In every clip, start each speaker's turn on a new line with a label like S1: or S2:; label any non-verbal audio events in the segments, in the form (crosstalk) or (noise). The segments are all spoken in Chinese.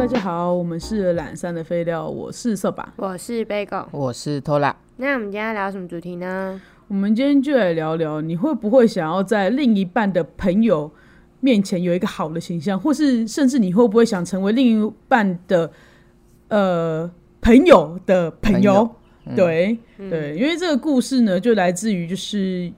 S1: 大家好，我们是懒散的废料，我是色吧。
S2: 我是 Bagel。
S3: 我是 Tola，
S2: 那我们今天要聊什么主题呢？
S1: 我们今天就来聊聊，你会不会想要在另一半的朋友面前有一个好的形象，或是甚至你会不会想成为另一半的呃朋友的朋
S3: 朋
S1: 友？
S3: 友
S1: 对、对，因为这个故事呢，就来自于就是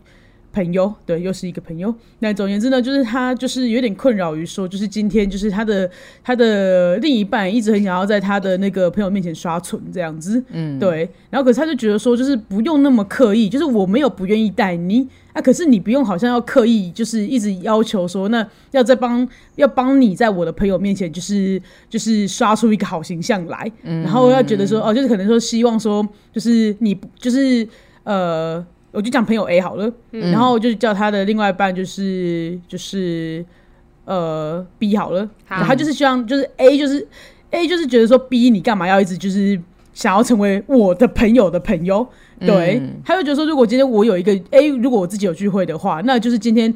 S1: 朋友，对，又是一个朋友。那总而言之呢，就是他就是有点困扰于说，就是今天就是他的他的另一半一直很想要在他的那个朋友面前刷存这样子，嗯，对。然后可是他就觉得说，就是不用那么刻意，就是我没有不愿意带你啊，可是你不用好像要刻意，就是一直要求说，那要再帮要帮你在我的朋友面前，就是就是刷出一个好形象来，然后要觉得说，哦，就是可能说希望说，就是你不就是呃。我就讲朋友 A 好了，然后就叫他的另外一半就是就是呃 B 好了，
S2: 好
S1: 他就是希望就是 A 就是 A 就是觉得说 B 你干嘛要一直就是想要成为我的朋友的朋友，对，他就觉得说如果今天我有一个 A，如果我自己有聚会的话，那就是今天。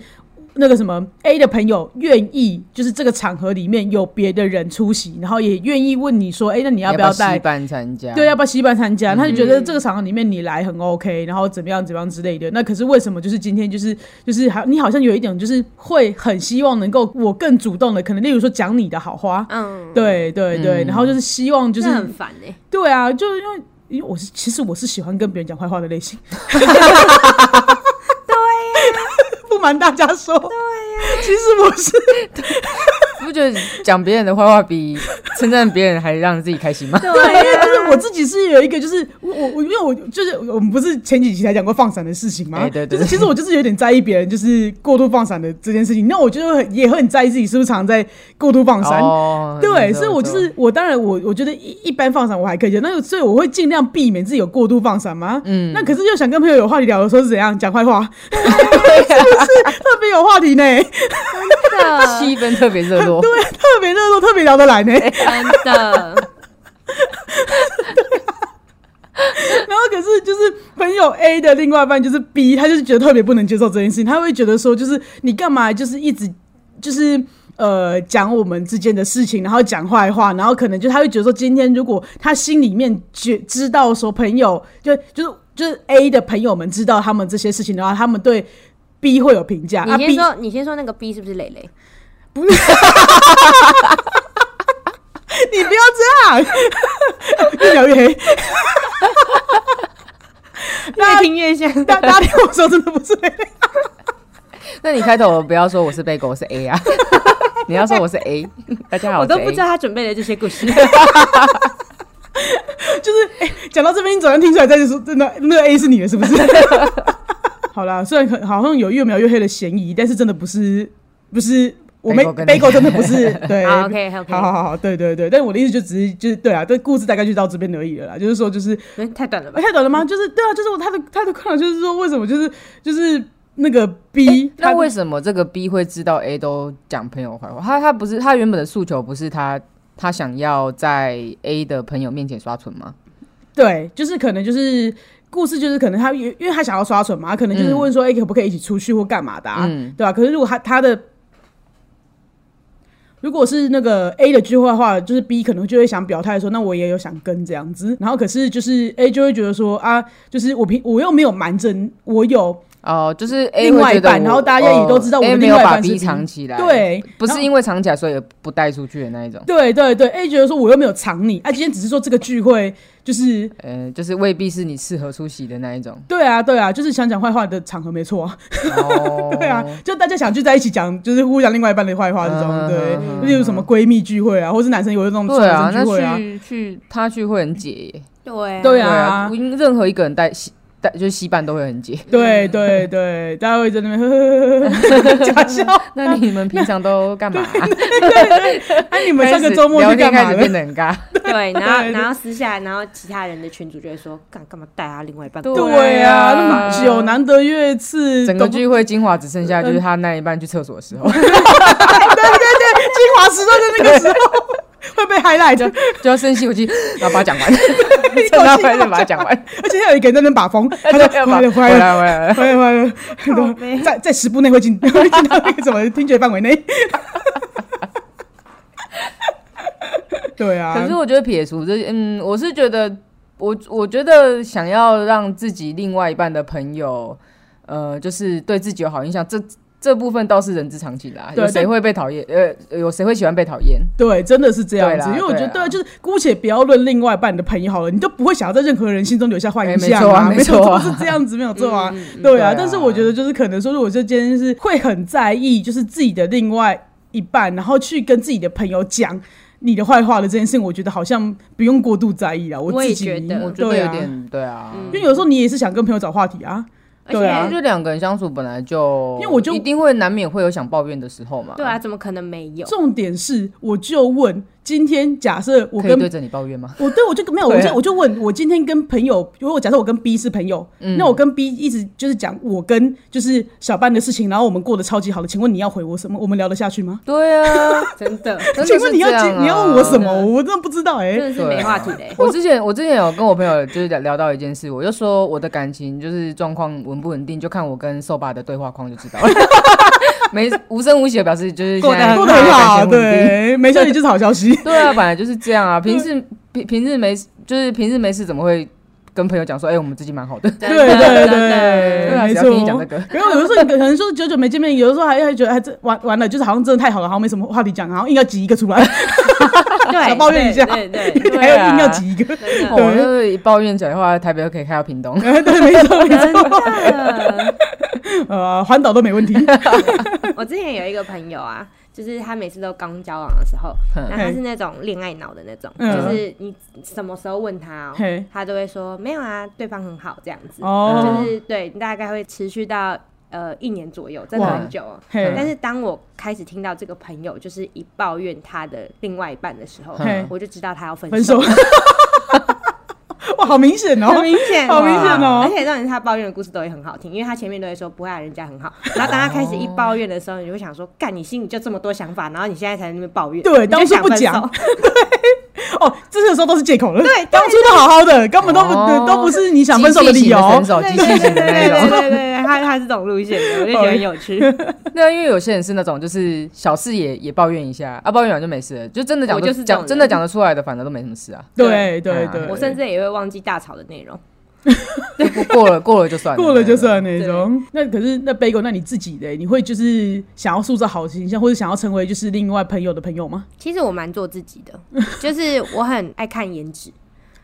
S1: 那个什么 A 的朋友愿意，就是这个场合里面有别的人出席，然后也愿意问你说，哎、那你要
S3: 不
S1: 不要嗯带
S3: 西班参加？
S1: 对，要不啊要西班参加？他就觉得这个场合里面你来很 OK，然后怎么样怎么样之类的。那可是为什么就是今天就是就是好，你好像有一点就是会很希望能够我更主动的，可能例如说讲你的好话，
S2: 嗯，
S1: 对对对，然后就是希望就是
S2: 这很烦哎、
S1: 对啊，就因为因为我是其实我是喜欢跟别人讲坏话的类型，对、 (laughs) 不瞒大家说，对呀、其实我是
S3: 不觉得讲别人的坏话比称赞别人还让自己
S1: (laughs)
S3: 开心吗？
S1: 对，因为就是我自己是有一个，就是我我我，因为我就是我们不是前几期才讲过放闪的事情吗？
S3: 哎对对
S1: 就是其实我就是有点在意别人就是过度放闪的这件事情，那我就很也会很在意自己是不是常在过度放闪。
S3: 哦
S1: 对，
S3: 没错
S1: 所以我就是我，当然我我觉得一一般放闪我还可以接受，那所以我会尽量避免自己有过度放闪嘛。嗯，那可是又想跟朋友有话题聊的时候是怎样讲坏 (laughs) 话，是不是特别有话题呢？
S2: 真
S3: 没
S2: 的
S3: 错气氛特别热
S1: (laughs)
S3: 络，
S1: 对，特别热络，特别聊得来呢。
S2: 真的，
S1: 然后可是就是朋友 A 的另外一半就是 B，他就是觉得特别不能接受这件事情，他会觉得说就是你干嘛就是一直就是。呃，讲我们之间的事情，然后讲坏话，然后可能就他会觉得说，今天如果他心里面觉知道说朋友就就是就是 A 的朋友们知道他们这些事情的话，他们对 B 会有评价。啊
S2: 你先
S1: ，B
S2: 说，你先说那个 B 是不是蕾蕾？
S1: 你不要这样，越聊越黑。
S2: 越听越像。
S1: 大大家听我说，真的不是黑。
S3: 那你开头不要说我是贝狗，我是 A 啊， (laughs) 你要说我是 A，大家好，
S2: 我都
S3: 是 A
S2: 不知道他准备的这些故事，
S1: 就是哎，讲、到这边，你总能听出来，在说真的，那个 A 是你的，是不
S3: (laughs)
S1: 是？好啦，虽然可好像有越描越黑的嫌疑，但是真的不是，不是。我没
S3: Bagel 跟你啊
S1: Bagel 真的不
S3: (laughs)
S1: 是对
S2: 好，OK，OK
S1: 好好好好，对对对，但我的意思就只是就是对啊，这故事大概就到这边而已了啦，就是说就是
S2: 嗯太短了吧
S1: 哎？太短了吗？就是对啊，就是我他的他的困扰就是说为什么就是就是那个 B，、他
S3: 那为什么这个 B 会知道 A 都讲朋友坏话？他他不是他原本的诉求不是他他想要在 A 的朋友面前刷存吗？
S1: 对，就是可能就是故事，就是可能他因为因为他想要刷存嘛，他可能就是问说，哎、可不可以一起出去或干嘛的、啊，
S3: 嗯
S1: 对吧、可是如果他他的如果是那个 A 的聚会的话，就是 B 可能就会想表态说，那我也有想跟这样子，然后可是就是 A 就会觉得说啊，就是我平我又没有瞒着你我有
S3: 哦、就是 A
S1: 另外
S3: 会
S1: 一
S3: 觉得
S1: 半
S3: 我
S1: 然后大家也都知道我
S3: 哦
S1: 的
S3: A 没
S1: 另
S3: 有
S1: 外一
S3: 把
S1: 半是 B
S3: B 藏起来，，
S1: 对，
S3: 不
S1: 然
S3: 是
S1: 后
S3: 因为藏起来所以不带出去的那一种。
S1: 对对对，A 觉得说我又没有藏你，啊，今天只是说这个聚会就是。
S3: 呃，就是未必是你适合出席的那一种
S1: (laughs) 对啊对啊，就是想讲坏话的场合没错啊。(laughs)
S3: 哦，
S1: 对啊，就大家想聚在一起讲，就是互讲另外一半的坏话这种，
S3: 嗯
S1: 对，
S3: 嗯
S1: 例如什么闺蜜聚会啊，或是男生有那种
S3: 对啊，
S1: 男生聚会
S3: 那
S1: 啊，
S3: 去去他去会很解耶。
S2: 对啊
S1: 对啊
S3: 因为任何一个人带戏带就是戏伴都会很解。
S1: 对对对，大家会在那边 (laughs) 呵呵呵呵呵假 (laughs) 笑。
S3: (laughs) 那你们平常都干嘛？
S1: 那 (laughs) 哎你
S3: 你
S1: 们上个周末去干
S3: 开
S1: 嘛
S3: 始变
S1: 了？
S3: 得
S1: (laughs)
S3: 很尬。
S2: 对，然后
S1: 对
S2: 然后私下，然后其他人的群主就会说，干干嘛带他另外一半？嗯
S3: 对
S1: 对啊，那么
S3: 对啊
S1: 久难得约一次，
S3: 整个
S1: 懂不
S3: 聚会精华只剩下就是他那一半去厕所
S1: (laughs)
S3: 的时候，
S1: 精华时段的那
S3: (laughs)
S1: 个时候会被 highlight，的
S3: 就要深吸口气，然后把
S1: (laughs)
S3: 它讲完，趁他回来再把它讲完。
S1: 而且还有一个人在那边把风，他
S3: 哎 (laughs) 对
S1: 说回
S3: 要把
S1: 来了
S3: 回
S1: 回来了。
S3: 来回来。
S1: 回来回来
S2: 靠
S1: 对，
S2: 背
S1: 在在十步内会进会进到那个什么听觉范围内。对啊，
S3: 可是我觉得撇除这，嗯，我是觉得，我我觉得想要让自己另外一半的朋友，呃，就是对自己有好印象，这这部分倒是人之常情啦。
S1: 对
S3: 有谁
S1: 但
S3: 会被讨厌？呃，有谁会喜欢被讨厌？
S1: 对，真的是这样子，
S3: 对啦
S1: 因为我觉得
S3: 对啦
S1: 就是姑且不要论另外一半的朋友好了，你都不会想要在任何人心中留下坏印象
S3: 哎
S1: 没
S3: 没错啊没错啊
S1: 错是这样子，没有错啊，
S2: 嗯嗯
S1: 对
S3: 对
S1: 啊
S3: 啊。
S1: 但是我觉得就是可能说，如果说今天是会很在意，就是自己的另外一半，然后去跟自己的朋友讲。你的坏话的这件事情，我觉得好像不用过度在意啊。
S2: 我
S1: 自
S2: 也
S1: 己
S2: 觉得
S3: 我
S2: 我
S3: 觉得
S1: 对啊
S3: 有点对啊，
S1: 因为有时候你也是想跟朋友找话题啊，
S2: 而且
S1: 对啊
S3: 就两个人相处本来就，
S1: 因为我就
S3: 一定会难免会有想抱怨的时候嘛。
S2: 对啊，，怎么可能没有？
S1: 重点是，我就问，今天假设我
S3: 可以
S1: 跟
S3: 对着你抱怨吗？
S1: 我对我就没有，
S3: 对啊
S1: 我就我就问我今天跟朋友，如果假设我跟 B 是朋友，
S3: 嗯
S1: 那我跟 B 一直就是讲我跟就是小班的事情，然后我们过得超级好的，请问你要回我什么？我们聊得下去吗？
S3: 对啊，
S2: 真的，
S3: 真的 (laughs)
S1: 请
S3: 是
S1: 问你要
S3: 这样
S1: 接
S3: 啊
S1: 你要问我什么？
S2: 真的
S1: 我真的不知道哎、
S2: 真的是
S3: 对啊
S2: 没话题
S3: (laughs)
S2: 嘞。
S3: 我之前我之前有跟我朋友就是聊聊到一件事，我就说我的感情就是状况稳不稳定，就看我跟瘦爸的对话框就知道了。没无声无息的表示就是现在
S1: 过得很好，
S3: 感情稳定。
S1: 对，没消息就是好消息。
S3: 对啊，本来就是这样啊。平时平平日没事，就是平日没事怎么会跟朋友讲说，哎、我们最近蛮好的。
S1: 对
S2: 对
S1: 对
S3: 对
S1: 对，
S3: 啊，
S1: 没
S3: 谁要听你讲
S1: 错
S3: 这。个。
S1: 然后有的时候你可能说久久没见面，有的时候还还觉得还真完完了，就是好像真的太好了，好像没什么话题讲，然后硬要挤一个出来，
S2: 对，
S1: 想抱怨一下
S2: 对对，对
S3: 对啊
S1: 还要 (laughs) 硬要挤一个。
S2: 真的
S3: 哦我就是一抱怨起来的话，台北又可以开到屏东。
S1: 哎， (laughs) 对，没
S3: (laughs)
S1: 错没
S2: 真
S1: 错，
S2: 的，
S1: (laughs) 呃，环岛都没问题。
S2: 我之前有一个朋友啊，就是他每次都刚交往的时候，
S3: 嗯
S2: 那他是那种恋爱脑的那种，
S1: 嗯
S2: 就是你什么时候问他、
S1: (laughs) 嘿
S2: 哦，他都会说没有啊，对方很好这样子，
S1: 哦，
S3: 嗯
S2: 就是对，大概会持续到呃一年左右，真的
S1: 哇
S2: 很久、哦。
S1: 嘿
S2: 但是当我开始听到这个朋友就是一抱怨他的另外一半的时候
S1: 嘿，
S2: 我就知道他要分
S1: 分手
S2: 手，。
S1: (laughs) 哇，好明显
S2: 很
S1: 哦，
S2: 明显，
S1: 好明显
S2: 而
S1: 哦。
S2: 且让人他抱怨的故事都会很好听，因为他前面都会说不会啊，人家很好。然后当他开始一抱怨的时候，你就会想说，干，你心里就这么多想法，然后你现在才在那边抱怨，
S1: 对
S2: 你就
S1: 当初
S2: 想
S1: 不
S2: 分
S1: 讲
S2: 手
S1: 哦，这些时候都是借口了。
S2: 对对
S1: 当初都好好的，根本都不
S3: 哦
S1: 都不是你想分手的理由
S3: 分。手
S2: 对 (laughs)
S3: 机
S2: 对对
S3: 器
S2: 对
S3: 型的那
S2: 对
S3: 种。
S2: 对对，他他是这种路线的，我就觉得很有趣。
S3: (laughs) 那因为有些人是那种就是小事也也抱怨一下啊，抱怨完就没事了，就真的讲
S2: 我
S3: 得
S2: 就是这种
S3: 讲
S2: 人
S3: 真的讲得出来的，反正都没什么事啊，
S1: 对对
S3: 啊
S1: 对，
S2: 我甚至也会忘记大吵的内容。
S3: 就不过了过了就算了，
S1: 过了就
S3: 对
S1: 算那种。那可是那 Bagel，那你自己的，你会就是想要塑造好形象，或者想要成为就是另外朋友的朋友吗？
S2: 其实我蛮做自己的，就是我很爱看颜
S1: (laughs)
S2: 值。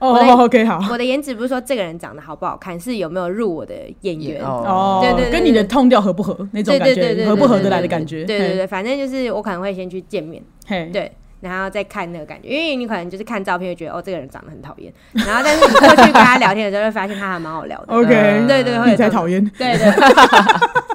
S1: 哦
S2: 我的
S1: ，OK，好。
S2: 我的颜值不是说这个人长得好不好看，是有没有入我的眼
S3: 对
S2: 缘。
S3: 哦，
S1: 哦，
S2: 对对对对
S1: 跟你的痛调合不合那种
S2: 对
S1: 感
S2: 对对对，
S1: 觉，
S2: 对
S1: 合不合得来的
S2: 对对
S1: 感觉，
S2: 对对对，反正就是我可能会先去见面，
S1: 嘿，嘿，
S2: 对，然后再看那个感觉，因为你可能就是看照片会觉得哦，这个人长得很讨厌，然后但是你过去跟他聊天的时候，会发现他还蛮好聊的。
S1: ，OK，
S3: 嗯
S2: 对对，会
S1: 你
S2: 有这
S1: 才
S2: 种
S1: 讨厌，
S2: 对 (laughs) 对。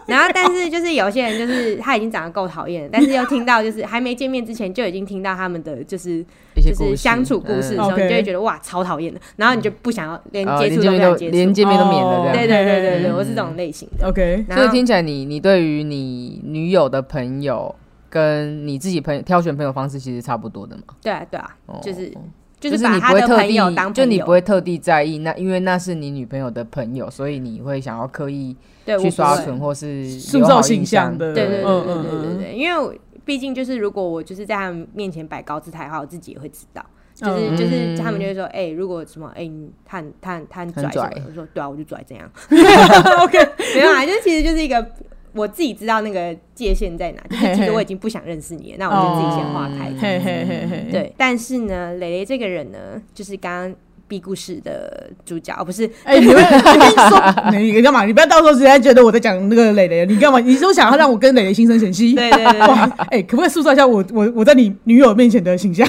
S2: 然后，但是就是有些人就是他已经长得够讨厌了，但是又听到就是还没见面之前就已经听到他们的就是
S3: 一些
S2: 就
S3: 故
S2: 是
S3: 事
S2: 相处故事的时
S3: 嗯
S2: 候，
S1: OK
S2: 你就会觉得哇超讨厌的，然后你就不想要连
S3: 哦
S2: 接
S3: 连
S2: 触都不
S3: 见面都
S2: 想接
S3: 连
S2: 触。
S3: 见面都免
S1: 哦
S3: 了这
S2: 对对
S3: 样。
S2: 对对对，
S1: 嗯
S2: 我是这种类型的。
S1: ，OK，
S2: 然
S3: 所以
S2: 后
S3: 听起来你你对于你女友的朋友跟你自己朋友挑选朋友方式其实差不多的嘛，
S2: 对啊对啊，
S3: 哦
S2: 就是就
S3: 就是
S2: 把
S3: 你不
S2: 他
S3: 会
S2: 的
S3: 特
S2: 朋友
S3: 地
S2: 当
S3: 就
S2: 朋
S3: 你不
S2: 友，
S3: 会特地在意那，因为那是你女朋友的朋友，所以你会想要刻意
S2: 对，我
S3: 去
S2: 不
S3: 刷
S2: 会
S3: 存或是
S1: 塑
S3: 留
S1: 造
S3: 好
S1: 形
S3: 印
S1: 象
S3: 象
S1: 的
S2: 对对对
S1: 嗯
S2: 对对
S1: 嗯
S2: 对对，因为我毕竟就是如果我就是在他们面前摆高姿态的话，我自己也会知道。就是
S1: 嗯
S2: 就是他们就会说，哎、如果什么，哎、你他很他很他很拽
S3: 很
S2: 什么
S3: 拽
S2: 的，我说对啊，我就拽
S1: (laughs)
S2: 这样，
S1: ，OK，
S2: (laughs) 没有啊，就是其实就是一个我自己知道那个界限在哪，就是其
S1: 嘿嘿
S2: 实我已经不想认识你了，那我就自己先划开。
S1: 嘿嘿嘿哦嘿，
S2: 嗯对，但是呢，蕾蕾这个人呢，就是刚刚 B 故事的主角，
S1: (laughs)
S2: 哦不是
S1: 哎、你们我跟你说，你你干嘛？你不要到时候直接觉得我在讲那个磊磊，你干嘛？你是不是想要让我跟磊磊心生嫌隙？
S2: 对对对对
S1: 哇，哎、可不可以塑造一下我我我在你女友面前的形象？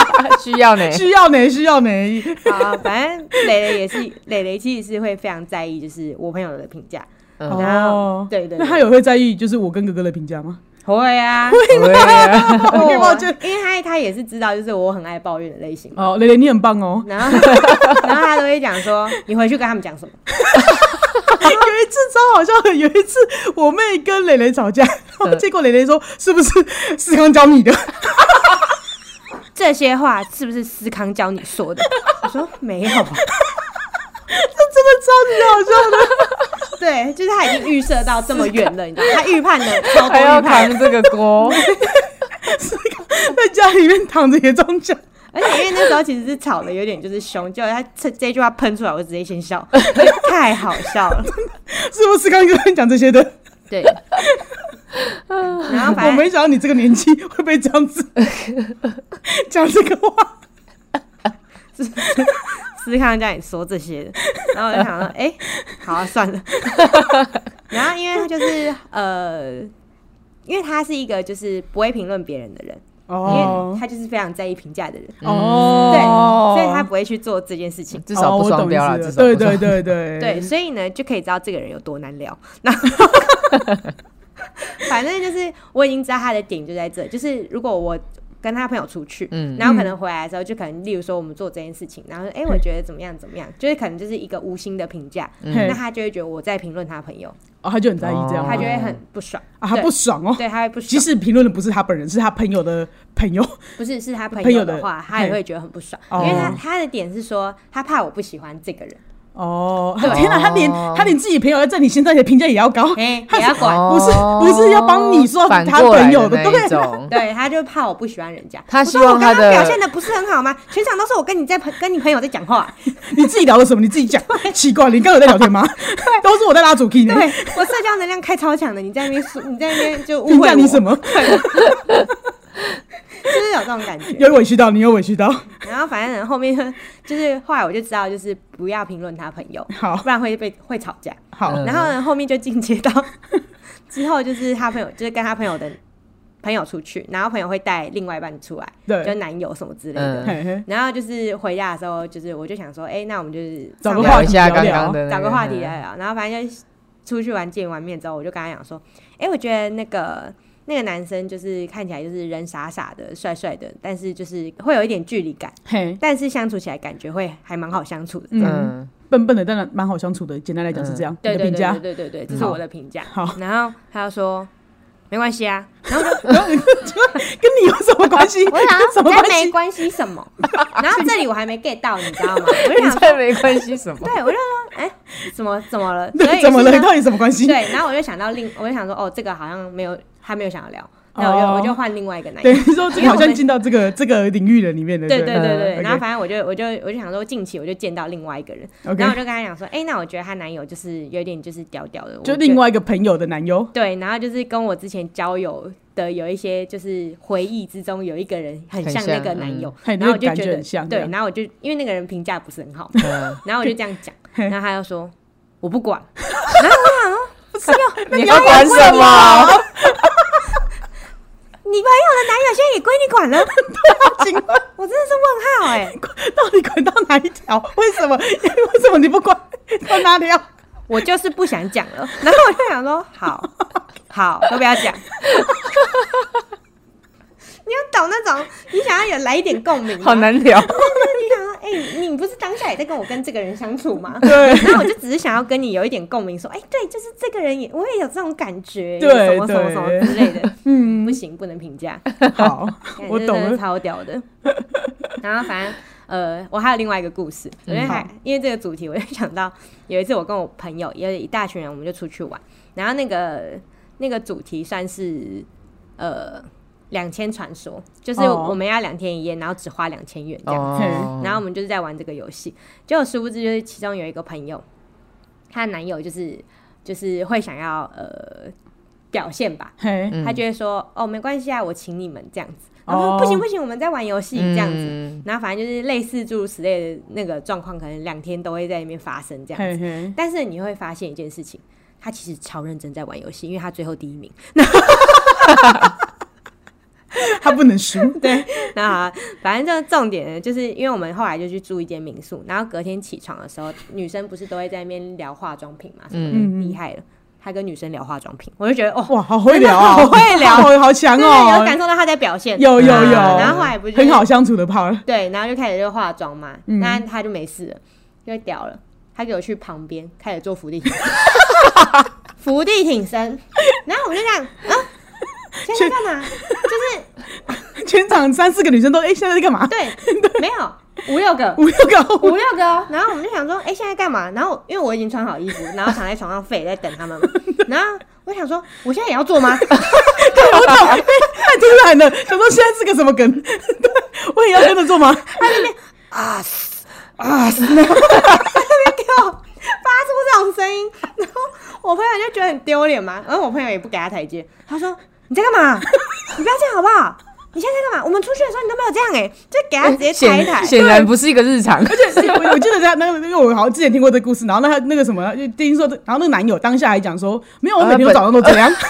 S3: (laughs) 需要
S1: (laughs)
S3: 呢。
S1: 需要呢，需要呢。
S2: 啊，反正蕾蕾也是，蕾蕾其实是会非常在意，就是我朋友的评价。
S3: 嗯
S2: 然后对
S1: (laughs)
S2: 对，
S1: 那
S2: 对
S1: 他有会在意就是我跟哥哥的评价吗？
S2: 会啊，
S3: 对啊
S1: (laughs) 我可以抱
S2: (laughs) 我
S1: 歉。
S2: 因为他他也是知道，就是我很爱抱怨的类 (laughs) 型嘛。
S1: 哦，磊磊你很棒哦。
S2: 然后，然后他都会讲 (laughs) 说：“你回去跟他们讲什么
S1: (laughs) 有一次超好笑的，有一次我妹跟磊磊吵架，然后结果磊磊说是不是思康教你的？？” (laughs)
S2: 这些话是不是思康教你说的？我说没有啊。
S1: 真的超级好笑的。
S2: (laughs) 对，就是他已经预设到这么远了，你知道吗，他预判的超
S1: (laughs)
S2: 多
S3: 还要
S2: 预判。
S3: 扛这个锅，
S1: 在家家里面躺着也中奖。
S2: 而且因为那时候其实是吵的有点就是凶，就他这这句话喷出来，我直接先 (laughs) 笑，因为太好笑了。
S1: 是不是刚刚跟你讲这些的？
S2: (laughs) 对，然后
S1: 我
S2: 反正
S1: 没想到你这个年纪会被这样子 (laughs) 讲这个话。
S2: 思康叫你说
S1: (laughs)
S2: 这些，然后我就想说，哎、好、啊，算了。然后因为他就是呃，因为他是一个就是不会评论别人的人，因为
S1: 哦
S2: 他就是非常在意评价的人，对，
S1: 哦，
S2: 所以他不会去做这件事情。
S3: 至少不双标啦，
S1: 哦我懂
S3: 至
S1: 意思
S3: 少不
S1: 对
S3: 双
S1: 对对对
S2: 对，，所以呢，就可以知道这个人有多难聊。 (laughs) 然后反正就是我已经知道他的点就在这，就是如果我跟他朋友出去，
S3: 嗯
S2: 然后可能回来的时候，就可能例如说我们做这件事情，然后哎、
S1: 嗯
S2: 诶我觉得怎么样怎么样，就是可能就是一个无心的评价，
S1: 嘿
S2: 那他就会觉得我在评论他朋友，
S1: 嗯哦，他就很在意这样，
S3: 哦
S2: 他就会很不
S1: (laughs)
S2: 爽，
S1: 啊，他
S2: 对
S1: 不爽哦。
S2: 对，他会不
S1: 即
S2: 爽。
S1: 使评论的不是他本人，是他朋友的朋
S2: (laughs)
S1: 友。
S2: 不是是他朋
S1: 朋
S2: 友
S1: 友
S2: 的
S1: 的
S2: 话，他也
S1: 嘿
S2: 会觉得很不爽，因
S1: 哦
S2: 为他他的点是说他怕我不喜欢这个
S1: (laughs)
S2: 人，
S1: 哦，天哪，他连他连自己朋友在你现在的评价也要高，
S2: (laughs) 哎、
S1: 他
S2: 也要
S1: 是
S2: 管，
S3: 哦
S1: 不是不是要帮你说
S3: 反
S1: 他
S3: 过来
S1: 朋友的
S3: 那
S1: 对
S3: 一种，
S2: 对，他就怕我不喜欢人家。
S3: 他
S2: 我说
S3: 希望
S2: 我
S3: 他
S2: 刚刚
S3: 的
S2: 表现的不是很好吗？全场都是我跟你在朋跟你朋友在讲话，
S1: 你自己聊了什么？你自己讲。奇怪，你刚有在聊天吗？都是我在拉主 key 呢
S2: 对。我社交能量开超强的，你在那边说你在那边就误
S1: 评
S2: 会
S1: 价
S2: 我
S1: 你什？么？
S2: 就是有这种感觉。
S1: (laughs) 有委屈到你，有委屈到。
S2: 然后反正后面就是后来我就知道，就是不要评论他朋友，
S1: 好
S2: 不然会被会吵架。
S1: 好，
S3: 嗯
S2: 然后呢，后面就进阶到 (laughs) 之后就是他朋友，就是跟他朋友的朋友出去，然后朋友会带另外一半出来，
S1: 对
S2: 就男友什么之类的。
S3: 嗯
S1: 嘿嘿，
S2: 然后就是回家的时候，就是我就想说，哎、那我们就是
S1: (laughs) 找个
S2: 上班
S1: 话
S3: 聊一
S1: 题
S3: 下
S1: 聊
S3: 刚
S1: 聊
S3: 刚的那
S2: 找个
S3: 个嗯
S2: 话题来聊。然后反正就出去玩见完面之后，我就跟他讲说，哎、我觉得那个那个男生就是看起来就是人傻傻的、帅帅的，但是就是会有一点距离感，
S1: 嘿，
S2: 但是相处起来感觉会还蛮好相处的。
S1: 嗯，
S3: 嗯，
S1: 笨笨的，但蛮好相处的。简单来讲是这样。
S2: 对
S1: 你的
S2: 呃对
S1: 评
S2: 对
S1: 价
S2: 对对对对，这是我的评价。
S1: 好好
S2: 然后他就说没关系啊，
S1: (laughs)
S2: 然后我就
S1: 跟你有什么关系？
S2: (laughs) 我就
S1: (laughs)
S2: 想
S1: 跟什
S2: 说
S1: 么
S2: 跟
S1: 关
S2: 没
S1: 系？
S2: 关系什么？然后这里我还没 get 到，你知道吗？我就
S3: 跟
S1: (laughs)
S2: 想
S3: (laughs) 你
S2: 说，
S3: 这没关系什么？
S2: 对我就说，哎、怎么怎么了？所以
S1: (laughs) 对，怎么
S2: 是
S1: 了？
S2: 呢
S1: 到底什么关系？
S2: 对，然后我就想到另，我就想说，哦，这个好像没有，他没有想要聊，那我就、
S1: 哦
S2: 我就换另外一个男
S1: 对，
S2: 友。
S1: 你说这个好像进到这个这个领域了里面了。
S2: 对
S1: 不
S2: 对对对，
S1: 嗯
S2: 然后反正我就我就我就想说，近期我就见到另外一个人，然后
S1: OK，
S2: 我就跟他讲说，哎、那我觉得她男友就是有点就是屌屌的，我
S1: 就
S2: 觉
S1: 另
S2: 得
S1: 外一个朋友的男友。 (laughs)
S2: 对，然后就是跟我之前交友的有一些就是回忆之中有一个人很
S3: 很
S2: 像那
S3: 像
S2: 个男友，
S1: 嘿
S2: 然后
S1: 那个
S2: 我就
S1: 感
S2: 觉
S1: 觉
S2: 得
S1: 很像
S2: 对
S1: 这，样
S2: 然后我就因为那个人评价不是很好，
S1: (laughs)
S3: 嗯，
S2: 然后我就这样讲，
S1: 嘿
S2: 然后他就说我不管， (laughs)
S3: 你要管什么？
S2: 你朋友的男友现在也归你管了，
S1: 请问
S2: 我真的是问号哎、
S1: 到底滚到哪一条？为什么？ (laughs) 为什么你不管到哪条？
S2: 我就是不想讲了。然后我就想说，好好都不要讲。 (laughs) 你要懂那种，你想要有来一点共鸣吗，
S3: 好 (laughs) 难聊，
S1: (laughs)
S2: 你想要，哎、你不是当下也在跟我跟这个人相处吗？ (laughs)
S1: 对
S2: 然后我就只是想要跟你有一点共鸣，说，哎、对，就是这个人也，我也有这种感觉，
S1: 对
S2: 什么什么什么
S1: 对
S2: 之类的。嗯，不行，不能评价， (laughs)
S1: 好，
S2: 感
S1: 我
S2: 觉
S1: 懂
S2: 真的
S1: 了。
S2: 超屌的。 (laughs) 然后反正呃，我还有另外一个故事，我觉
S1: 嗯
S2: 得还、因为这个主题，我就想到有一次我跟我朋友，也有一大群人，我们就出去玩，然后那个那个主题算是呃两千传说，就是
S1: 哦
S2: 我们要两天一夜，然后只花两千元这样。
S3: 哦
S2: 然后我们就是在玩这个游戏，结果殊不知就是其中有一个朋友，她的男友就是就是会想要呃表现吧，
S1: 嘿，
S3: 嗯
S2: 他就会说：“哦，没关系啊，我请你们这样子。”然后说、
S1: 哦
S2: 不行不行，我们在玩游戏这样子。
S3: 嗯
S2: 然后反正就是类似诸如此类的那个状况，可能两天都会在那边发生这样子。
S1: 嘿嘿，
S2: 但是你会发现一件事情，他其实超认真在玩游戏，因为他最后第一名。 (laughs)
S1: 他不能
S2: (laughs)
S1: 输。
S2: 对，那好反正就重点呢，就是因为我们后来就去住一间民宿，然后隔天起床的时候，女生不是都会在那边聊化妆品嘛，什么的
S1: 嗯
S2: 厉害了，他跟女生聊化妆品，我就觉得哦，
S1: 哇，好会聊啊，
S2: 真的好会聊
S1: 好好强
S2: 真的有感
S1: 哦。
S2: 受到他在表现，
S1: 有有有，
S2: 啊然后后来不就是
S1: 很好相处的泡
S2: (laughs)
S1: 了。
S2: 对，然后就开始就化妆嘛，
S1: 嗯
S2: 那、他就没事了，就屌了，他给我去旁边开始做伏地挺身， (laughs) 伏地挺身，然后我就这样啊，现在干嘛？就是
S1: 全场三四个女生都哎，现在在干嘛？ (laughs)
S2: 对，没有五六个，
S1: 五六
S2: (laughs) 五
S1: 个，
S2: 六个哦，然后我们就想说，哎、现在干嘛？然后因为我已经穿好衣服，然后躺在床上废，在等他们嘛。然后我想说，我现在也要做吗？
S1: 我懂，哎太突然了，想说现在是个什么梗？ (laughs) 对我也要跟着做吗？
S2: 啊嘶啊嘶，然后在那边给我发出这种声音，然后我朋友就觉得很丢脸嘛，然后我朋友也不给他台阶，他说你在干嘛？你不要这样好不好？你现在在干嘛？我们出去的时候你都没有这样哎、就给他直接抬一抬
S3: 嗯显。显然不是一个日
S1: (laughs)
S3: 常。 (laughs) 哦
S1: 而且是我我记得他那个，因为我好像之前听过这个故事，然后那他那个什么，就听说，然后那个男友当下还讲说，没
S3: 啊
S1: 有，我每天都早上都这样。
S3: (laughs)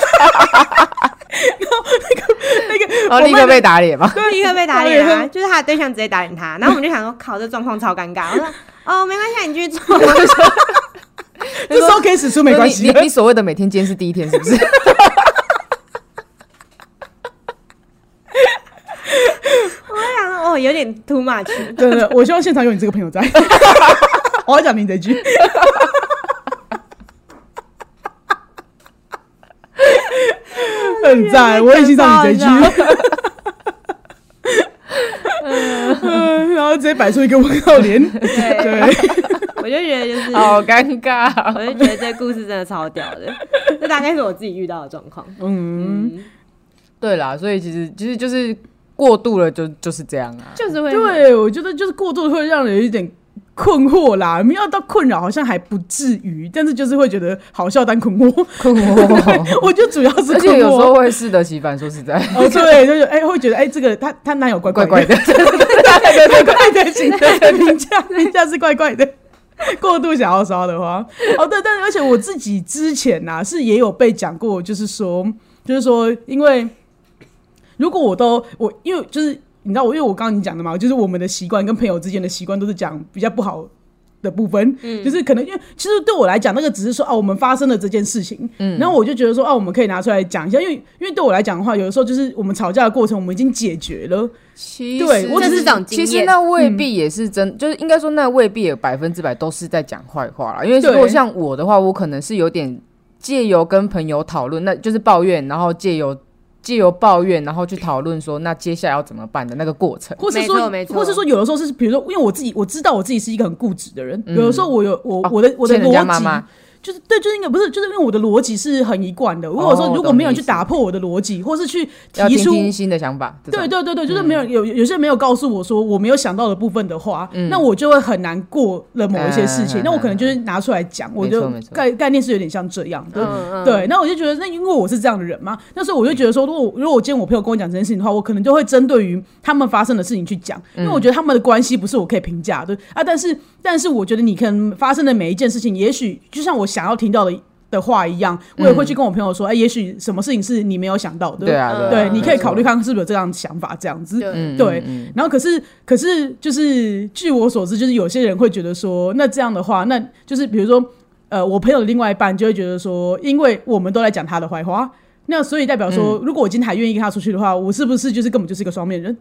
S3: 哦
S1: 然后那个那个，
S3: 然后立刻被打脸嘛。
S2: 对，立刻被打
S1: 对
S2: 脸啊！
S1: 他
S2: 就是他的对象直接打脸他，然后我们就想说，靠，这状况超尴尬。我说，哦，没关系啊，你继续做。
S1: 这时候可以使 (laughs) 出没关系 (laughs)
S3: 你。你你所谓的每天今天是第一天，是不是？ (laughs)
S2: 我就想说，哦，有点 too much。
S1: (laughs) 对对，我希望现场有你这个朋友在。 (laughs) 我要讲你这
S3: (laughs) 哎
S1: 句，很赞，我也欣赏你这
S2: 真的
S1: 句。嗯， (laughs) 然后直接摆出一个问号
S3: (laughs)
S1: 脸，
S2: 对，
S1: 对，
S2: 我就觉得就是，
S3: 好尴尬。
S2: 我就觉得这故事真的超屌的。这大概是我自己遇到的状况。
S1: 嗯，
S2: 嗯，
S3: 对啦，所以其实其实就是过度了就，就是这样
S1: (laughs)
S3: 啊。
S2: 就是会
S1: 对，我觉得就是过度会让人有一点困惑啦，没有到困扰好像还不至于，但是就是会觉得好笑但困惑，
S3: 困惑，
S1: (laughs) 我觉得主要是
S3: 而
S1: 困惑。
S3: 且有时候会适得其反。说
S1: (laughs)
S3: 实在，
S1: 哦，对，就是哎、会觉得哎、这个他他男友怪
S3: 怪怪
S1: 怪
S3: 的，
S1: 怪怪的型的评价，评价是怪怪的。过度想要烧的话，哦对，但而且我自己之前呐、是也有被讲过，就是说，就是说，因为如果我都我因为就是你知道我，因为我刚刚你讲的嘛，就是我们的习惯跟朋友之间的习惯都是讲比较不好。的部分，就是可能因为其实对我来讲，那个只是说哦，我们发生了这件事情，然后我就觉得说哦，我们可以拿出来讲一下，因为因为对我来讲的话，有的时候就是我们吵架的过程，我们已经解决了，
S3: 其
S1: 实对我
S2: 只是这是种经
S3: 其
S2: 验
S3: 实那未
S1: 嗯
S3: 必也是真，就是应该说那未必也百分之百都是在讲坏话啦。因为
S1: 对
S3: 如果像我的话，我可能是有点借由跟朋友讨论，那就是抱怨，然后借由借由抱怨，然后去讨论说那接下来要怎么办的那个过程。
S1: 或是
S2: 没
S1: 说
S2: 错没，错
S1: 或是说，有的时候是，比如说，因为我自己我知道我自己是一个很固执的人，有的时候我有我、
S3: 哦
S1: 我的我的
S3: 欠人家妈
S1: 逻
S3: 妈
S1: 辑。就是对，就是应该不是，就是因为我的逻辑是很一贯的。如果
S3: 哦
S1: 说
S3: 我
S1: 如果
S3: 懂
S1: 没有人
S3: 你
S1: 去
S3: 意思
S1: 打破我的逻辑，或是去
S3: 要
S1: 提
S3: 听
S1: 出
S3: 听新的嗯想法，这种
S1: 对对对对，就是没有、有有些人没有告诉我说我没有想到的部分的话，那我就会很难过了某一些事情。
S3: 嗯嗯嗯嗯
S1: 那我可能就是拿出来讲，我就
S3: 没错
S1: 概概念是有点像这样的。
S2: 嗯，
S1: 对，那我就觉得，那因为我是这样的人嘛，那所以我就觉得说，如果我如果我今天我朋友跟我讲这件事情的话，我可能就会针对于他们发生的事情去讲，因为我觉得他们的关系不是我可以评价的啊。但是，但是我觉得你可能发生的每一件事情，也许就像我想要听到的的话一样，我也会去跟我朋友说，哎、也许什么事情是你没有想到的，
S3: 对啊，啊
S1: 对，
S2: 嗯
S1: 你可以
S3: 没错
S1: 考虑看看是不是有这样的想法，这样子。
S2: 对，
S3: 嗯
S1: 对
S3: 嗯嗯
S1: 然后可是可是就是据我所知，就是有些人会觉得说，那这样的话，那就是比如说，呃，我朋友的另外一半就会觉得说，因为我们都在讲他的坏话，那所以代表说，
S3: 嗯
S1: 如果我今天还愿意跟他出去的话，我是不是就是根本就是一个双面人？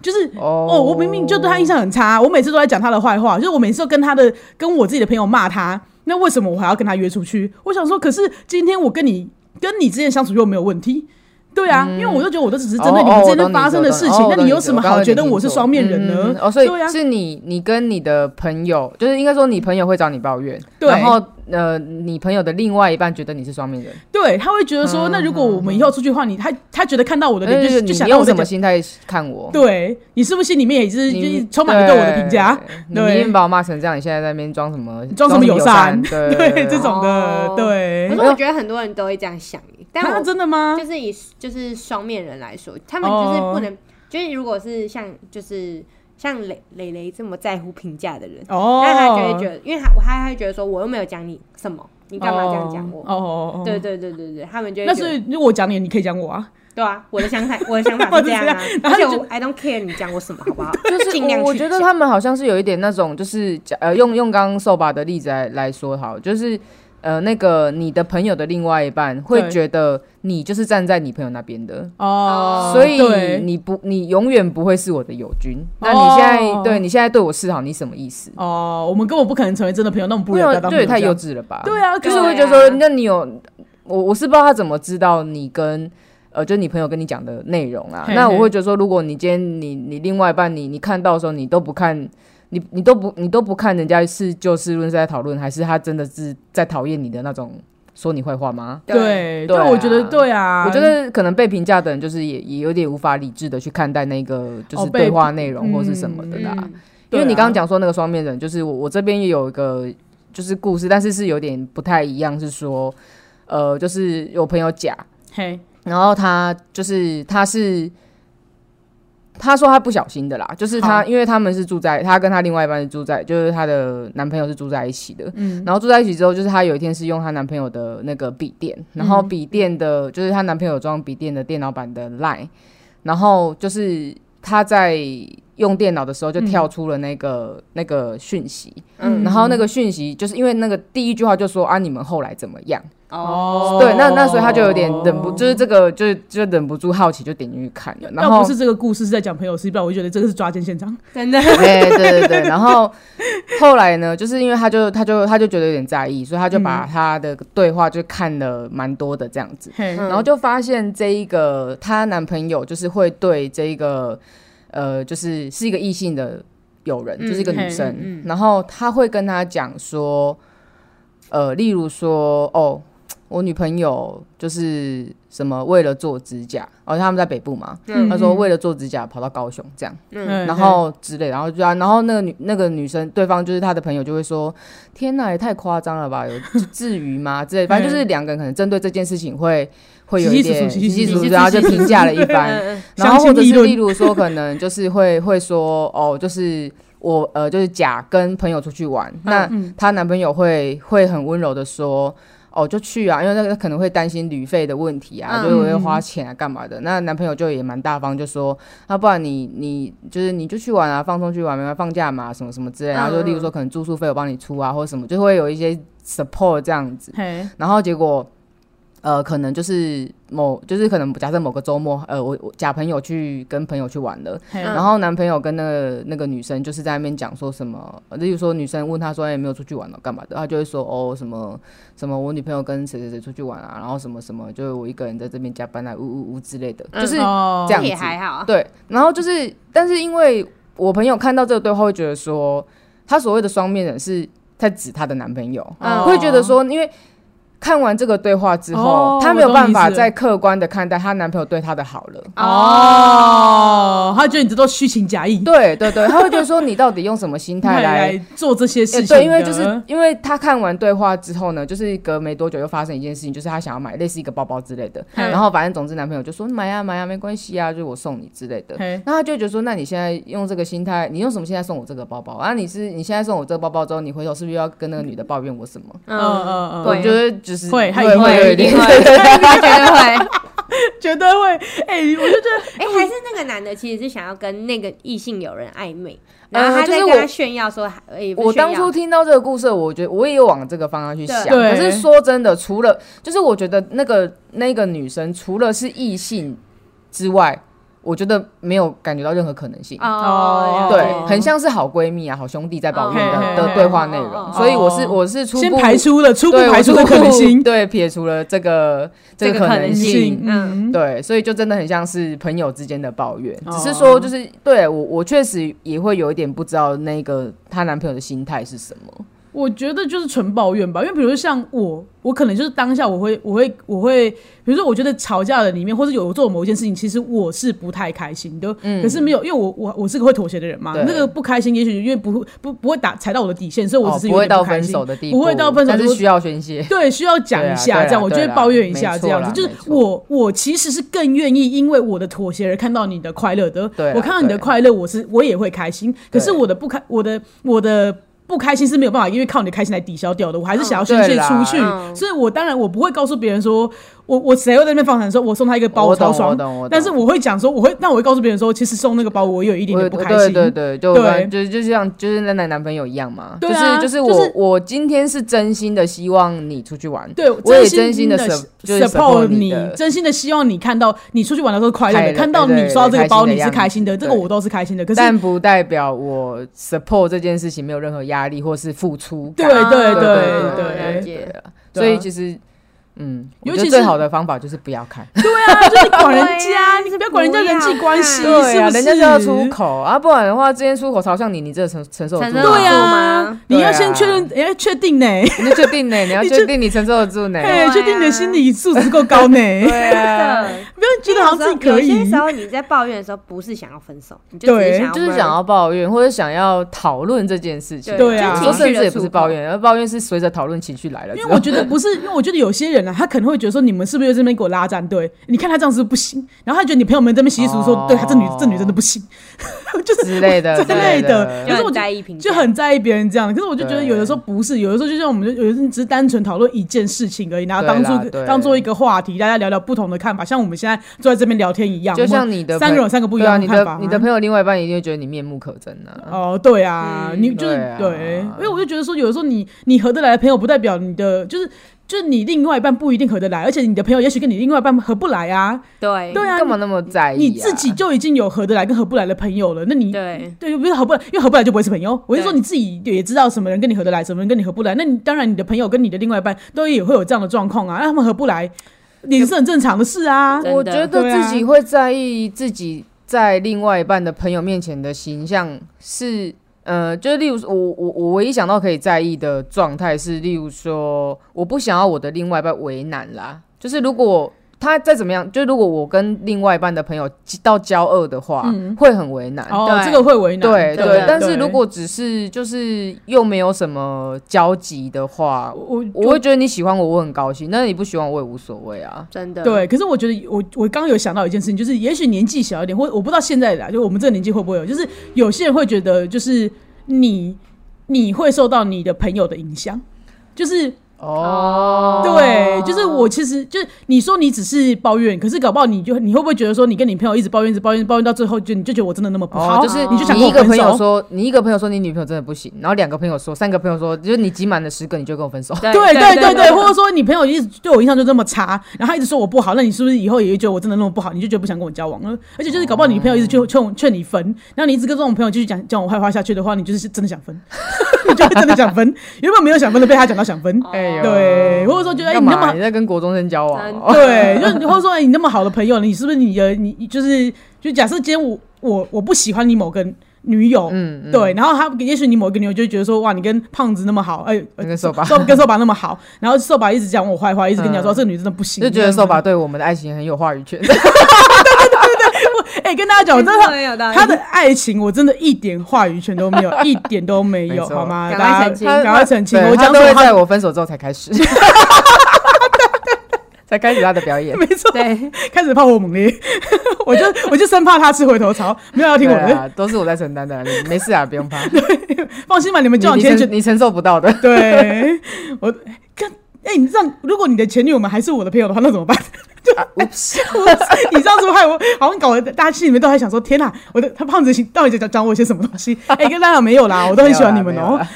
S1: 就是
S3: 哦
S1: 哦，我明明就对他印象很差，我每次都在讲他的坏话，就是我每次都跟他的跟我自己的朋友骂他，那为什么我还要跟他约出去？我想说，可是今天我跟你跟你之间相处又没有问题。对啊，
S2: 嗯
S1: 因为我就觉得我都只是针对你
S2: 哦
S1: 们之间发生的事情，
S3: 哦哦哦我懂你
S1: 那你有什么好觉得我是双面人
S3: 嗯
S1: 呢？
S3: 哦，所以
S1: 对啊，
S3: 是你，你跟你的朋友，就是应该说你朋友会找你抱怨，
S1: 对
S3: 然后呃，你朋友的另外一半觉得你是双面人，
S1: 对他会觉得
S2: 嗯
S1: 说，那如果我们以后出去的话，你他他觉得看到我的脸就
S3: 就
S1: 是是
S3: 嗯你
S1: 就想到
S3: 用
S1: 我在
S3: 什么
S1: 讲，
S3: 心态看我？
S1: 对你是不是心里面也是就是充满了对我的评价？，
S3: 你
S1: 对
S3: 明明把我骂成这样，你现在在那边装什么？
S1: 装什么友善
S3: 善？对
S1: (laughs) 对这种
S2: 哦
S1: 的，
S2: 可
S1: 对
S2: 是，我觉得很多人都会这样想，但
S1: 哎啊
S2: 我
S1: 真的吗？
S2: 就是以就是双面人来说，他们就是不能，就是如果是像就是像磊磊磊这么在乎评价的人，
S1: 哦，
S2: 那他就会觉得，因为他他会觉得说我又没有讲你什么，你干嘛这样讲我？
S1: 哦哦哦，哦
S2: 对。对对对对，他们就会
S1: 那
S2: 觉
S1: 所
S2: 得
S1: 以如果我讲你，你可以讲我啊。
S2: 对啊，我的想法我的想法是这样啊，
S1: 我
S2: 而
S1: 是这
S2: 且
S1: 样然后就
S2: 我 I don't care 你讲我什么好不好？
S3: (laughs) 就是
S2: 尽量
S3: 我我
S2: 去
S3: 觉得
S2: 讲
S3: 他们好像是有一点那种，就是假呃，用用刚刚瘦吧的例子来来说好，就是呃，那个你的朋友的另外一半会
S1: 对
S3: 觉得你就是站在你朋友那边的，
S1: 哦，
S3: 所以
S1: 对
S3: 你不你永远不会是我的友军。那你现在、
S1: 哦
S3: 对你现在对我示好，你什么意思？
S1: 哦，我们根本不可能成为真的朋友，那我们不
S3: 不
S1: 如不要
S3: 然
S1: 当
S3: 这也太
S1: 朋
S3: 幼
S1: 友
S3: 稚了吧？
S1: 这样。对啊，
S3: 就
S1: 可
S3: 是
S1: 是
S2: 对
S3: 会觉得
S2: 啊
S3: 说，那你有我我是不知道他怎么知道你跟呃，就是你朋友跟你讲的内容啊。
S1: 嘿
S3: 那
S1: 嘿
S3: 我会觉得说，如果你今天你你另外一半你你看到的时候，你都不看。你你都不你都不看人家是就事论事在讨论，还是他真的是在讨厌你的那种说你坏话吗？
S1: 对，
S3: 对
S1: 但我觉得
S3: 啊
S1: 对啊，
S3: 我觉得可能被评价的人就是也也有点无法理智的去看待那个就
S1: 哦
S3: 是
S1: 被
S3: 对话内容或是什么的啦。
S2: 嗯
S3: 因
S1: 对
S3: 为你
S1: 啊
S3: 刚刚讲说那个双面人，就是我我这边也有一个就是故事，但是是有点不太一样，是说呃，就是有朋友甲，
S1: 嘿，
S3: 然后他就是他是他说他不小心的啦，就是他
S1: 好
S3: 因为他们是住在他跟他另外一半是住在，就是他的男朋友是住在一起的，
S1: 嗯，
S3: 然后住在一起之后，就是她有一天是用她男朋友的那个笔电，
S1: 嗯
S3: 然后笔电的，就是她男朋友装笔电的电脑版的 Line，然后就是她在用电脑的时候就
S1: 嗯
S3: 跳出了那个、那个讯息，
S2: 嗯
S3: 然后那个讯息就是因为那个第一句话就说啊你们后来怎么样？
S1: 哦
S2: 哦，
S3: 对，那那所以她就有点忍不，就是这个就就忍不住好奇就点进去看了，然
S1: 要
S3: 后
S1: 不是这个故事是在讲朋友事，不然我就觉得这个是抓奸现场。
S2: 真的，
S3: (laughs) 哎、对对对，然后后来呢，就是因为他就他就他就觉得有点在意，所以他就把
S1: 嗯
S3: 他的对话就看了蛮多的这样子，
S1: 嘿，
S2: 嗯
S3: 然后就发现这一个她男朋友就是会对这一个呃，就是是一个异性的友人，就是一个女
S1: 嗯
S3: 生，
S2: 嗯嗯
S3: 然后他会跟她讲说，呃，例如说哦。我女朋友就是什么为了做指甲，哦，他们在北部嘛，
S2: 嗯
S3: 他说为了做指甲跑到高雄这样，
S1: 嗯
S3: 然后之类，然后就啊，然后那个女那个女生，对方就是她的朋友就会说：“天哪，也太夸张了吧，有就至于吗？”之类，反正就是两个人可能针对这件事情会会有一点
S1: 稀稀疏疏稀稀疏疏
S3: 疏，然后啊就评价了一
S2: (laughs)
S3: 番，
S2: 嗯
S3: 然
S1: 相
S3: 后或
S1: 信
S3: 者
S1: 议
S3: 是
S1: 论
S3: 例如说，可能就是会会说哦，就是我呃，就是甲跟朋友出去玩，那
S1: 嗯
S3: 她男朋友会会很温柔的说。哦，就去啊，因为那个可能会担心旅费的问题
S2: 嗯
S3: 啊，就是我会花钱啊，干嘛的？那男朋友就也蛮大方，就说，那、不然你你就是你就去玩啊，放松去玩，没办法放假嘛，什么什么之类的。然后就例
S1: 嗯
S3: 如说，可能住宿费我帮你出啊，或者什么，就会有一些 support 这样子。
S1: 嘿，
S3: 然后结果，呃，可能就是某，就是可能假设某个周末，呃，我我假朋友去跟朋友去玩了，
S1: 嘿，
S2: 嗯
S3: 然后男朋友跟那个那个女生就是在那边讲说什么，呃例如说女生问他说，哎、有没有出去玩了、干嘛的？他就会说，哦，什么什么，我女朋友跟谁谁谁出去玩啊，然后什么什么，就是我一个人在这边加班啊，呜呜呜之类的，
S2: 嗯
S3: 就是
S1: 哦
S3: 这样
S2: 也
S3: 子
S2: 还好，
S3: 对，然后就是，但是因为我朋友看到这个对话，会觉得说，她所谓的双面人是在指她的男朋友，
S2: 嗯
S3: 会觉得说，因为看完这个对话之后
S1: 哦，
S3: 她、没有
S1: 我懂
S3: 办法
S1: 意思
S3: 再客观的看待她男朋友对她的好了。
S1: 哦，他觉得你这都虚情假意，
S3: 对对对，她会觉得说，你到底用什么心
S1: 太
S3: 态来
S1: 来做这些事
S3: 呃
S1: 情的。
S3: 对，因为就是因为他看完对话之后呢，就是隔没多久又发生一件事情，就是他想要买类似一个包包之类的，
S1: 嗯
S3: 然后反正总之男朋友就说买呀、买呀、没关系啊，就是我送你之类的。
S1: 嘿， (laughs)
S3: 那他就觉得说，那你现在用这个心态，你用什么心态送我这个包包啊？你是你现在送我这个包包之后，你回头是不是又要跟那个女的抱怨我什么？
S1: 嗯嗯嗯，
S2: 对
S3: 我觉得就是
S1: 会他一
S3: 会
S1: 定
S3: 会
S1: 会
S3: 有
S2: 会
S3: 一
S2: 一
S3: 点
S2: 定会，他绝对会。
S1: (laughs) 绝对会。哎，我就觉
S2: 哎、还是那个男的其实是想要跟那个异性友人暧昧，
S3: 呃
S2: 然后他
S3: 就
S2: 在
S3: 是
S2: 跟他
S3: 我
S2: 炫耀说，哎也不是
S3: 我
S2: 炫
S3: 当
S2: 耀
S3: 初听到这个故事，我觉得我也有往这个方向去想。
S1: 对
S3: 可是说真的，除了就是我觉得那个那个女生除了是异性之外，我觉得没有感觉到任何可能性。
S2: 哦，
S3: 对
S2: 了，解
S3: 很像是好闺蜜啊、好兄弟在抱怨
S1: 哦嘿嘿
S3: 的的
S1: 嘿
S3: 对话内容
S2: 哦，
S3: 所以我是
S1: 哦
S3: 我是
S1: 得
S3: 初
S1: 先
S3: 步
S1: 排除了初步
S3: 对我
S1: 排除的
S3: 初步
S1: 可能性。
S3: 对，撇除了这个这
S2: 这
S3: 个
S2: 个
S3: 可
S2: 可
S3: 能
S2: 能
S3: 性
S2: 性。嗯
S3: 对，所以就真的很像是朋友之间的抱怨，
S1: 哦
S3: 只是说就是对我我确实也会有一点不知道那个她男朋友的心态是什么。
S1: 我觉得就是纯抱怨吧，因为比如说像我，我可能就是当下我会，我会，我会，比如说我觉得吵架的里面，或者有做某一件事情，其实我是不太开心的，可是没有，因为我我我是个会妥协的人嘛，
S3: 嗯对
S1: 那个不开心，也许因为不不不会打踩到我的底线，所以我只是
S3: 哦、不
S1: 有
S3: 会
S1: 点
S3: 到
S1: 开
S3: 分
S1: 心。
S3: 手的地步，
S1: 不会到分手
S3: 但
S1: 就是
S3: 需要宣
S1: (laughs)
S3: 泄。
S1: 对，需要讲一
S3: 对啊对
S1: 下，
S3: 啊
S1: 这样我就会抱怨一下，
S3: 没
S1: 这
S3: 错啦
S1: 样子就是
S3: 没错
S1: 我我其实是更愿意因为我的妥协而看到你的快乐的。
S3: 对啊
S1: 我看到你的
S3: 对啊
S1: 快乐，我是我也会开心。可是
S3: 对
S1: 我的不开，我的我的不开心是没有办法，因为靠你的开心来抵消掉的。我还是想要
S3: 嗯
S1: 宣
S3: 对
S1: 泄
S3: 啦
S1: 出去，
S2: 嗯
S1: 所以我当然我不会告诉别人说我我谁会在那边放闪说我送他一个包
S3: 我懂
S1: 超
S3: 我
S1: 爽，
S3: 懂，我懂。
S1: 但是我会讲说我会，但我会告诉别人说，其实送那个包我有一点
S3: 我
S1: 点不开
S3: 对
S1: 心。
S3: 对对，就
S1: 对
S3: 就就像就是那男男朋友一样嘛，
S1: 对啊
S3: 就是就是
S1: 就
S3: 我、
S1: 是
S3: 我今天是真心的希望你出去玩，
S1: 对，
S3: 我也真
S1: 心
S3: 心地
S1: 的
S3: sup- 就是 support 你
S1: 你
S3: 的，
S1: 真心的希望你看到你出去玩的时候是快乐
S3: 快
S1: 的，
S3: 乐
S1: 看到
S3: 对
S1: 你
S3: 对对
S1: 刷到这个包
S3: 开心
S1: 你
S3: 的
S1: 是
S3: 样子
S1: 开心的，这个
S3: 对
S1: 我都是开心的。可是，
S3: 但不代表我 support 这件事情没有任何压力或是付出
S1: 对
S3: 感。
S1: 对
S3: 对
S1: 对
S3: 对
S2: 啊了
S1: 对，
S2: 解
S3: 对啊所以其实，嗯，
S1: 尤
S3: 我觉
S1: 其
S3: 得最
S1: 是
S3: 好的方法就是不要看，
S1: 对啊，就是管人
S2: 对
S1: 家，
S2: 啊
S1: 你不要管人家人际关系，
S2: 不要
S1: 是
S3: 啊，
S1: 不是？
S3: 人家就要出口啊，不然的话，之前出口嘲笑你，你这承承受得
S2: 承
S3: 住
S2: 受
S3: 吗？
S1: 对
S2: 得住
S1: 啊
S2: 吗，
S1: 你要
S3: 对啊
S1: 先确认，你要确定呢，
S3: 你就确
S1: (laughs)
S3: 定呢，你要
S1: 你就
S3: 确定你承受得住呢。
S1: 哎，
S2: 啊
S1: 确定你的心理素质够高呢，
S3: 对啊，
S2: 真的
S1: (laughs) 不要觉得好像自己可以
S2: 有，些时候你在抱怨的时候，不是想要分手，你就只
S1: 对
S2: 是想要
S3: 就是
S2: merge
S3: 想要抱怨或者想要讨论这件事情。
S1: 对啊
S3: 说甚至也
S2: 情绪的触
S3: 不
S2: 碰
S3: 是抱怨，而抱怨是随着讨论情绪来了之
S1: 因
S3: 后。
S1: 为我觉得不是，因为我觉得有些人啊，他可能会觉得说你们是不是又在那边给我拉战队？你看他这样是不是不行，然后他觉得你朋友们在那边洗洗漱漱，
S3: 哦
S1: 对他这女这女真的不行， (laughs) 就是
S3: 之类的
S1: 之类
S3: 之类
S1: 的
S3: 的。
S1: 可
S2: 就是
S1: 我
S2: 很
S1: 觉
S2: 在
S1: 得
S2: 意评价，
S1: 就很在意别人这样，可是我就觉得
S3: 对
S1: 有的时候不是，有的时候就像我们就有的时候只是单纯讨论一件事情而已，然后当
S3: 对啦
S1: 做
S3: 对
S1: 当做一个话题，大家聊聊不同的看法，像我们现在坐在这边聊天一样，
S3: 就
S1: 我
S3: 像
S1: 们
S3: 你的
S1: 三个人
S3: 朋
S1: 有三个不一
S3: 对啊，
S1: 样的
S3: 你
S1: 看法啊，
S3: 的你的朋友另外一半一定会觉得你面目可憎啊。
S1: 哦，对啊，
S2: 嗯
S1: 你就是
S3: 对啊
S1: 对，因为我就觉得说，有的时候你你合得来的朋友，不代表你的就是就是你另外一半不一定合得来，而且你的朋友也许跟你另外一半合不来啊，
S2: 对
S1: 对啊，
S3: 干嘛那么在意？
S1: 你自己。就已经有合得来跟合不来的朋友了，那你。
S2: 对
S1: 对，又不是合不来，因为合不来就不会是朋友。我是说
S2: 对
S1: 你自己也知道什么人跟你合得来，什么人跟你合不来。那你当然你的朋友跟你的另外一半都也会有这样的状况啊，那他们合不来也是很正常的事啊。
S2: 真的
S3: 我觉得
S1: 对啊
S3: 自己会在意自己在另外一半的朋友面前的形象是，呃，就是例如说我我我唯一想到可以在意的状态是，例如说我不想要我的另外一半为难啦，就是如果。他再怎么样，就如果我跟另外一半的朋友到交恶的话，
S1: 嗯
S3: 会很为难。
S1: 哦，
S2: 对
S1: 这个会为难。
S3: 对
S2: 对
S3: 对，但
S1: 对
S3: 是如果只是就是又没有什么交集的话，
S1: 我
S3: 我会觉得你喜欢我，我很高兴；那你不喜欢我也无所谓啊。
S2: 真的
S1: 对，可是我觉得我我刚刚有想到一件事情，就是也许年纪小一点，或我不知道现在啦，就我们这个年纪会不会有，就是有些人会觉得，就是你你会受到你的朋友的影响，就是
S3: 哦，
S1: 对，就是我其实就是你说你只是抱怨，可是搞不好你就你会不会觉得说你跟你朋友一直抱怨，一直抱怨，抱怨到最后就你就觉得我真的那么不好，
S3: 哦，就是
S1: 你就想跟
S3: 你
S1: 我
S3: 一个
S1: 分
S3: 朋友
S1: 手。
S3: 说，你一个朋友说你女朋友真的不行，然后两个朋友说，三个朋友说，就是你集满了十个，你就跟我分手。
S2: 对
S1: 对对对对，或者说你朋友一直对我印象就这么差，然后他一直说我不好，那你是不是以后也会觉得我真的那么不好，你就觉得不想跟我交往了？而且就是搞不好你朋友一直
S3: 哦
S1: 劝劝劝你分，然后你一直跟这种朋友继续讲讲我坏话下去的话，你就是真的想分， (laughs) 你就会真的想分。原本没有想分的，被他讲到想分，
S3: (laughs) 哎呦
S1: 对，或者说觉得哎
S3: 干
S1: 你那
S3: 嘛？
S1: 么
S3: 你在跟国中生交往
S2: 真
S3: 哦？ (laughs)
S1: 对，就是或者说哎你那么好的朋友，你是不是你的你就是就假设今天我我我不喜欢你某个女友，
S3: 嗯，嗯，
S1: 对，然后他也许你某一个女友就会觉得说，哇，你跟胖子那么好，哎、呃
S3: 你跟瘦吧
S1: 瘦跟瘦吧那么好，然后瘦吧一直讲我坏话，一直跟你讲说、
S3: 嗯
S1: 这个女真的不行，
S3: 就觉得
S1: 这样
S3: 瘦
S1: 子
S3: 吧，对我们的爱情很有话语权。
S1: 哎、跟大家讲，我真的
S2: 没有道理，
S1: 他的爱情我真的一点话语权都没有，一点都没有，
S3: 没错
S1: 好吗？
S2: 赶快
S1: 大
S2: 澄
S1: 家
S2: 清
S1: 赶快澄清，
S3: 对
S1: 我
S3: (laughs) 他
S1: 讲
S3: 都
S1: 什么
S3: 会
S1: 话
S3: 在我分手之后才开始， (laughs) 才开始他的表 (laughs)
S1: (laughs)
S3: 演。
S1: 没错，
S2: 对
S1: 开始炮火猛烈， (laughs) 我就我就生怕他吃回头草，没有要听我
S3: 对
S1: 的，
S3: 啊，都是我在承担的，你没事啊，不 (laughs) 用怕。
S1: 放心吧，你们
S3: 你
S1: 交往
S3: 你
S1: 天就
S3: 承你承受不到 (laughs) 的，
S1: (laughs) 对我看，哎、你这样，如果你的前女友们还是我的朋友的话，那怎么办？ (laughs)
S3: 啊
S1: 你上次害我好像搞得大家心里面都还想说，天哪、我的他胖子到底在讲讲我些什么东西？哎、跟大家没有啦，我都很喜欢你们
S3: 没有
S1: 哦、
S3: 啦。 (laughs) 没有啦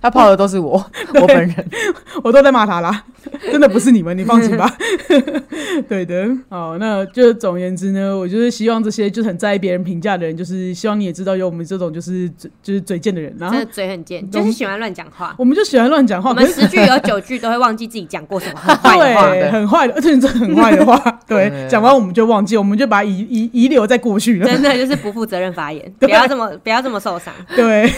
S3: 他泡的都是 (laughs) 我，我本人。
S1: 我都在骂他啦，真的不是你们，你放心吧。 (laughs) 对的，好，那就总而言之呢，我就是希望这些就是很在意别人评价的人，就是希望你也知道有我们这种就是嘴就是嘴贱的人啦、
S2: 真的嘴很贱，就是喜欢乱讲话。
S1: 我们就喜欢乱讲话，
S2: 我
S1: 可
S2: 们
S1: 是
S2: 十句有九句都会忘记自己讲过什么很坏的 (laughs) 话。
S1: 对，
S3: 对
S1: 很坏的，而且这很坏的话，对，
S3: 对
S1: 讲完我们就忘记，我们就把遗遗遗留在过去了。
S2: 真的就是不负责任发 (laughs) 言，不要这么不要这么受伤。
S1: (laughs) 对，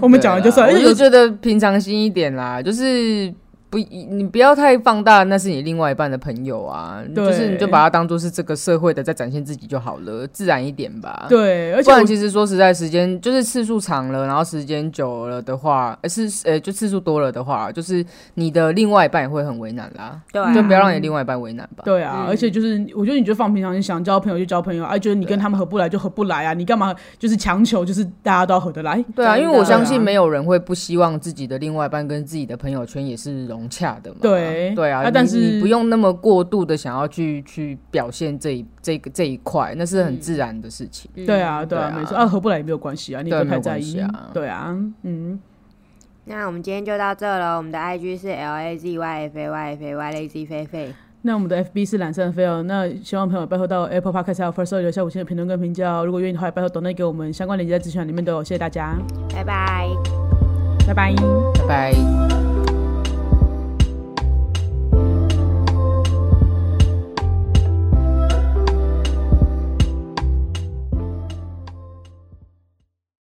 S1: 我们讲完就算，而
S3: 对啦
S1: 且
S3: 我就
S1: 有
S3: 觉得平常心一点啦，就是不你不要太放大，那是你另外一半的朋友啊，
S1: 对
S3: 就是你就把他当做是这个社会的在展现自己就好了，自然一点吧。。
S1: 对，而且
S3: 不
S1: 我
S3: 然，其实说实在，时间就是次数长了，然后时间久了的话，呃、是呃、就次数多了的话，就是你的另外一半也会很为难啦。
S2: 对啊
S3: 就不要让你另外一半为难吧。
S1: 对啊，
S2: 嗯
S1: 而且就是，我觉得你就放平常心，想交朋友就交朋友，啊，觉得你跟他们合不来就合不来啊，你干嘛就是强求，就是大家都要合得来？
S3: 对啊，
S2: 真
S3: 因
S2: 的
S3: 为我相信没有人会不希望自己的另外一半跟自己的朋友圈也是融洽的嘛。
S1: 对
S3: 对
S1: 啊
S3: 啊，
S1: 但
S3: 你
S1: 是
S3: 你不用那么过度的想要去去表现这一这个这一块，那是很自然的事情。
S2: 嗯
S1: 对啊，对啊，
S3: 对啊
S1: 没错，啊，合不来也没有关系啊，你也不
S3: 对
S1: 要太在
S3: 没
S1: 意
S3: 有关系啊。
S1: 对啊，嗯，
S2: 那我们今天就到这了。我们的 IG 是 L A Z Y F A Y F A Y Lazy 菲菲。
S1: 那我们的 FB 是懒散飞哦，那希望朋友拜托到 Apple Podcast 还有 First Story 留下五星的评论跟评价哦，如果愿意的话，拜托 donate 给我们，相关链接在资讯栏里面都有，谢谢大家，
S2: 拜拜。
S1: 拜拜。
S3: 拜拜。